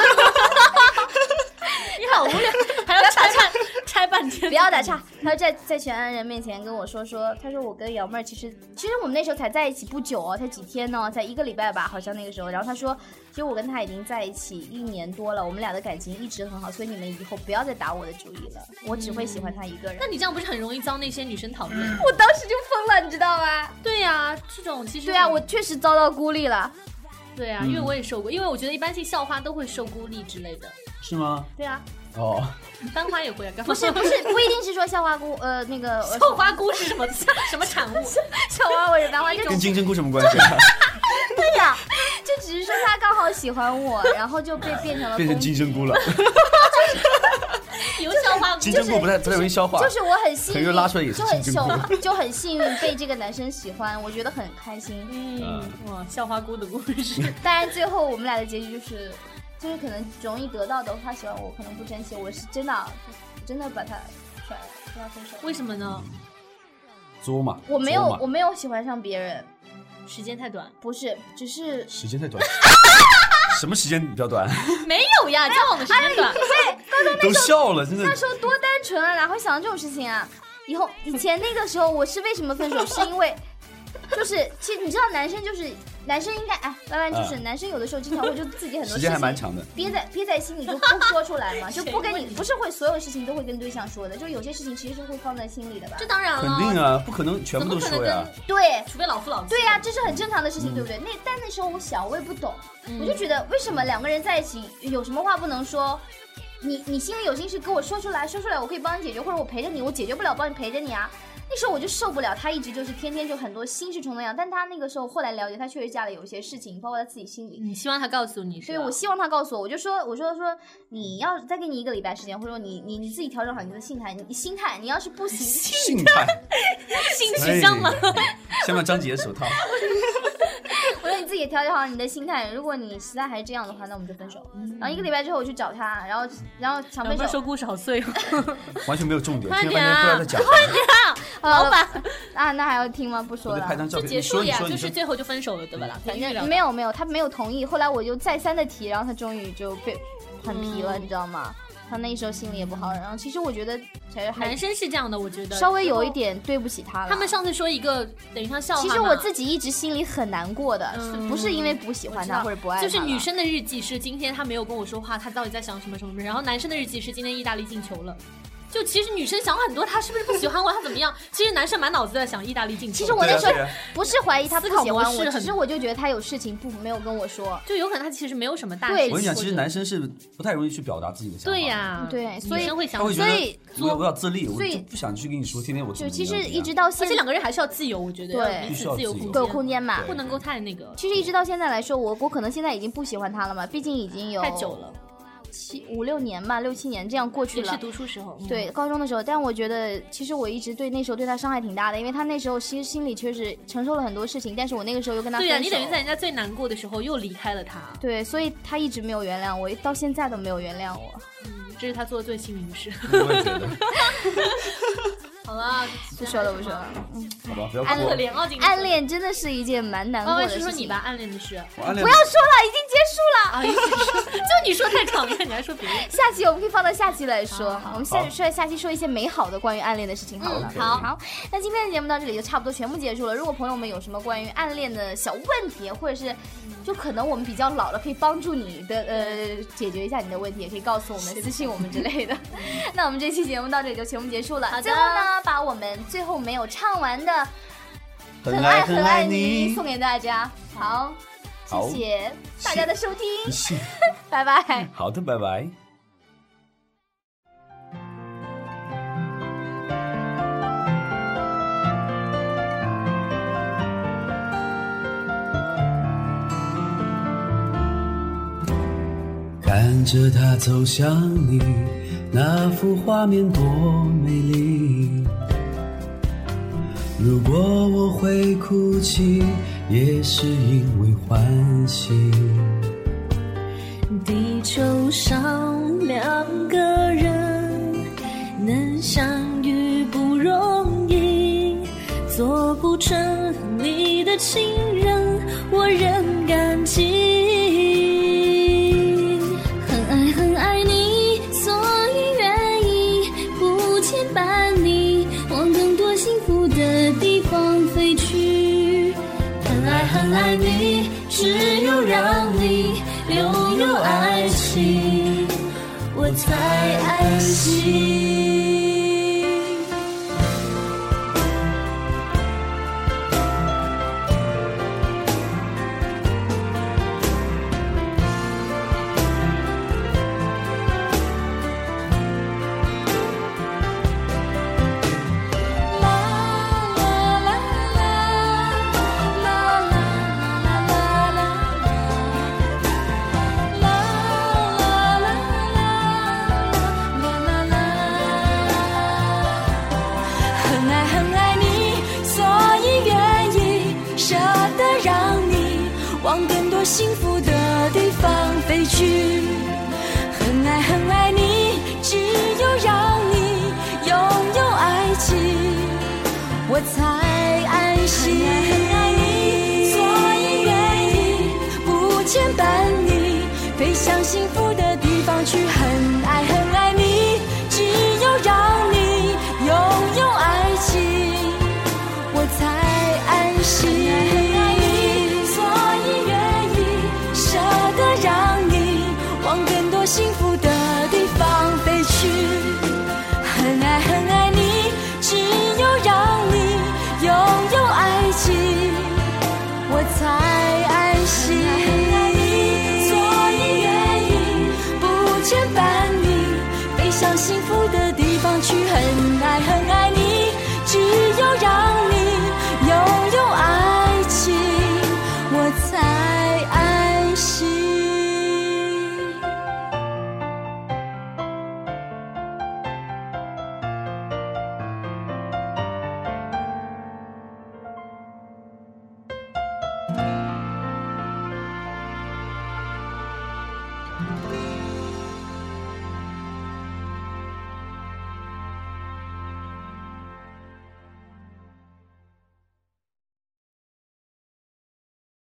E: 你好无聊， 还要 拆半拆半天。
C: 不要打岔。他在在全安人面前跟我说说，他说我跟瑶妹儿其实其实我们那时候才在一起不久哦，才几天呢、才一个礼拜吧，好像那个时候。然后他说，其实我跟他已经在一起一年多了，我们俩的感情一直很好，所以你们以后不要再打我的主意了，我只会喜欢他一个人。
E: 那你这样不是很容易遭那些女生讨厌？
C: 嗯我当时就疯了，你知道吗？
E: 对呀，这种其实
C: 对啊，
E: 很
C: 我确实遭到孤立了。
E: 对啊，因为我也受过，因为我觉得一般性校花都会受孤立之类的，
D: 是吗？
C: 对啊，
D: 哦，
E: 班花也会啊。干嘛
C: 不是不是，不一定是说校花姑，呃，那个呃
E: 校花菇是什么 什么 产物？
C: 校花或者班花，就
D: 跟金针菇什么关系啊？
C: 对呀、就只是说他刚好喜欢我，然后就被变成了
D: 变成
C: 攻
D: 金针菇了，
E: 有校花 菇
D: 金针菇不太不太容易消化
C: 就。是我很幸
D: 可
C: 运，
D: 是拉出来也是
C: 就很
D: 金针菇
C: 就很幸运被这个男生喜欢，我觉得很开心。
E: 嗯，哇，校花菇的故 事，
C: 当然最后我们俩的结局就是，就是可能容易得到的，他喜欢我，可能不珍惜，我是真的啊，我真的把他甩了，跟他分手。
E: 为什么呢？
D: 作嘛，
C: 我没有
D: 作嘛，
C: 我没有喜欢上别人，
E: 时间太短，
C: 不是，只是
D: 时间太短，什么时间比较短？
E: 没有哎呀，交往的时间 短，
D: 都笑了，真的。
C: 那时候哎多单纯啊，哪会想到这种事情啊？以后以前那个时候，我是为什么分手？是因为，就是其实你知道，男生就是男生应该哎，弯弯就是
D: 嗯
C: 男生有的时候经常会就自己很多
D: 时
C: 事
D: 间还蛮
C: 情哦
D: 长的，
C: 憋在憋在心 里就不说出来嘛，就不跟
E: 谁
C: 你
E: 问你
C: 不是会所有事情都会跟对象说的，就有些事情其实是会放在心里的吧
E: 这？当然
D: 肯
E: 了，
D: 定啊，不可能全
E: 怎
D: 部
E: 么
D: 都
E: 可能
D: 说呀
E: 跟。？
C: 对
E: 除非老夫老妻。
C: 对呀、这是很正常的事情，对不对？那但那时候我小，我也不懂，
E: 嗯
C: 我就觉得为什么两个人在一起有什么话不能说？你你心里有心事跟我说出来，说出来我可以帮你解决，或者我陪着你，我解决不了帮你陪着你啊。那时候我就受不了，他一直就是天天就很多心事重重样，但他那个时候后来了解，他确实家里有一些事情，包括他自己心里，
E: 你希望他告诉你是
C: 对，啊
E: 吧？
C: 我希望他告诉我，我就说，我说说，你要再给你一个礼拜时间，或者说你你你自己调整好你的心态，你心态，你要是不 行，
D: 性态，
E: 性
D: 哎
E: 取向吗？？
D: 像不像张杰的手套？
C: 我说你自己调整好你的心态，如果你实在还是这样的话，那我们就分手。然后一个礼拜之后我去找他，然后嗯然后强
E: 我
C: 分
E: 们
C: 手
E: 说，故事好 碎哦。
D: 完全没有重点，
E: 快
D: 听了半天
E: 点啊
D: 不知道在讲什么。
C: 老板啊，那还要听吗？不
D: 我
C: 说
D: 得
C: 了
D: 拍。张照
E: 就
D: 片，
E: 结
D: 你
E: 束
D: 说你
E: 呀，
D: 说
E: 就
D: 你
E: 是
D: 说，
E: 最后就分手了，对吧？啦？
C: 反
E: 可以聊
C: 正没有没有，他没有同意。后来我就再三的提，然后他终于就被很皮了，
E: 嗯
C: 你知道吗？他那时候心里也不好。然后其实我觉得其实还
E: 男生是这样的，我觉得
C: 稍微有一。点对不起他了。
E: 他们上次说一个等于像笑话
C: 其
E: 嘛，
C: 实我自己一直心里很难过的，
E: 哦嗯
C: 不是因为不喜欢他或者不爱他
E: 就
C: 了，
E: 是女生的日记是今天他没有跟我说话，他到底在想什么什么？然后男生的日记是今天意大利进球了。就其实女生想很多，他是不是不喜欢我，他怎么样？其实男生满脑子在想意大利进球。
C: 其实我
D: 对
C: 那
D: 啊
C: 时候
D: 对啊
C: 不是怀疑他不喜欢
E: 思考模式很
C: 我，只是我就觉得他有事情不没有跟我说。
E: 就有可能他其实没有什么大事。
C: 对
D: 我跟你讲，其实男
E: 生
D: 生是不太容易去表达自己的想法。
E: 对，呀，
C: 对所以
E: 女生会想
D: 他会觉
C: 所
D: 得
C: 以
D: 我我要自立，我
C: 所以
D: 就不想去跟你说，天天我怎
C: 就
D: 么
C: 其
D: 样
C: 实
D: 怎么
C: 一
D: 样
C: 直到
E: 而
C: 现
E: 且
C: 在
E: 两个人还是要自由，我觉得
C: 对
E: 要彼
D: 必须
E: 此
D: 要
E: 自由
D: 自由
E: 空
C: 都
E: 间，
C: 有空间嘛。
D: 对
E: 不能够太那个
C: 其实一直到现在来说，我我可能现在已经不喜欢他了嘛，毕竟已经有
E: 太久了。
C: 七五六年吧，六七年这样过去
E: 也
C: 了。
E: 是读书时候，嗯，
C: 对，高中的时候，但我觉得其实我一直对那时候对他伤害挺大的，因为他那时候其实心里确实承受了很多事情，但是我那个时候又跟他分
E: 对
C: 手，
E: 呀、你等于在人家最难过的时候又离开了他，
C: 对，所以他一直没有原谅我，到现在都没有原谅我。
E: 嗯这是他做的最幸运的事。
D: 我也觉得，
E: 好了，
C: 不说了，不说了。
D: 好吧，不要
E: 暗
D: 哭
E: 可
D: 了。
E: 怜哦，今天
C: 暗。恋真的是一件蛮难
E: 弯
C: 过
E: 弯
C: 的
E: 说
C: 事
E: 说
C: 情。
E: 你吧，暗恋的事
D: 我暗恋
C: 不要说了，已经结束了。
E: 啊，一起说就你说太长了，你还说别人。
C: 下期我们可以放到下期来说，我们下
D: 好
C: 说下期说一些美好的关于暗恋的事情好了。
D: 嗯好
C: 好，好，那今天的节目到这里就差不多全部结束了。如果朋友们有什么关于暗恋的小问题，或者是就可能我们比较老了，可以帮助你的呃解决一下你的问题，也可以告诉我们私信我们之类的。那我们这期节目到这里就全部结束了。
E: 好的
C: 最后呢，把我们最后没有唱完的《
D: 很
C: 爱
D: 爱
C: 很
D: 很
C: 爱
D: 爱
C: 你》
D: 你
C: 送，给大家。好，
D: 好
C: 谢谢大家的收 听，
D: 是
C: 拜拜。
D: 好的，拜拜。看着他走向你，那幅画面多美丽。如果我会哭泣，也是因为欢喜。
A: 地球上两个人能相遇不容易，做不成你的情人，我仍感激。很爱很爱你，所以愿意不牵绊你，往更多幸福的地方飞去。很爱很爱你，只有让你拥有爱情，我才安心。很爱很爱你，所以愿意舍得让你往更多幸福的地方飞去。很爱很爱你，只有让你拥有爱情，我才安心。很爱很爱你，所以愿意不牵绊你，飞向幸福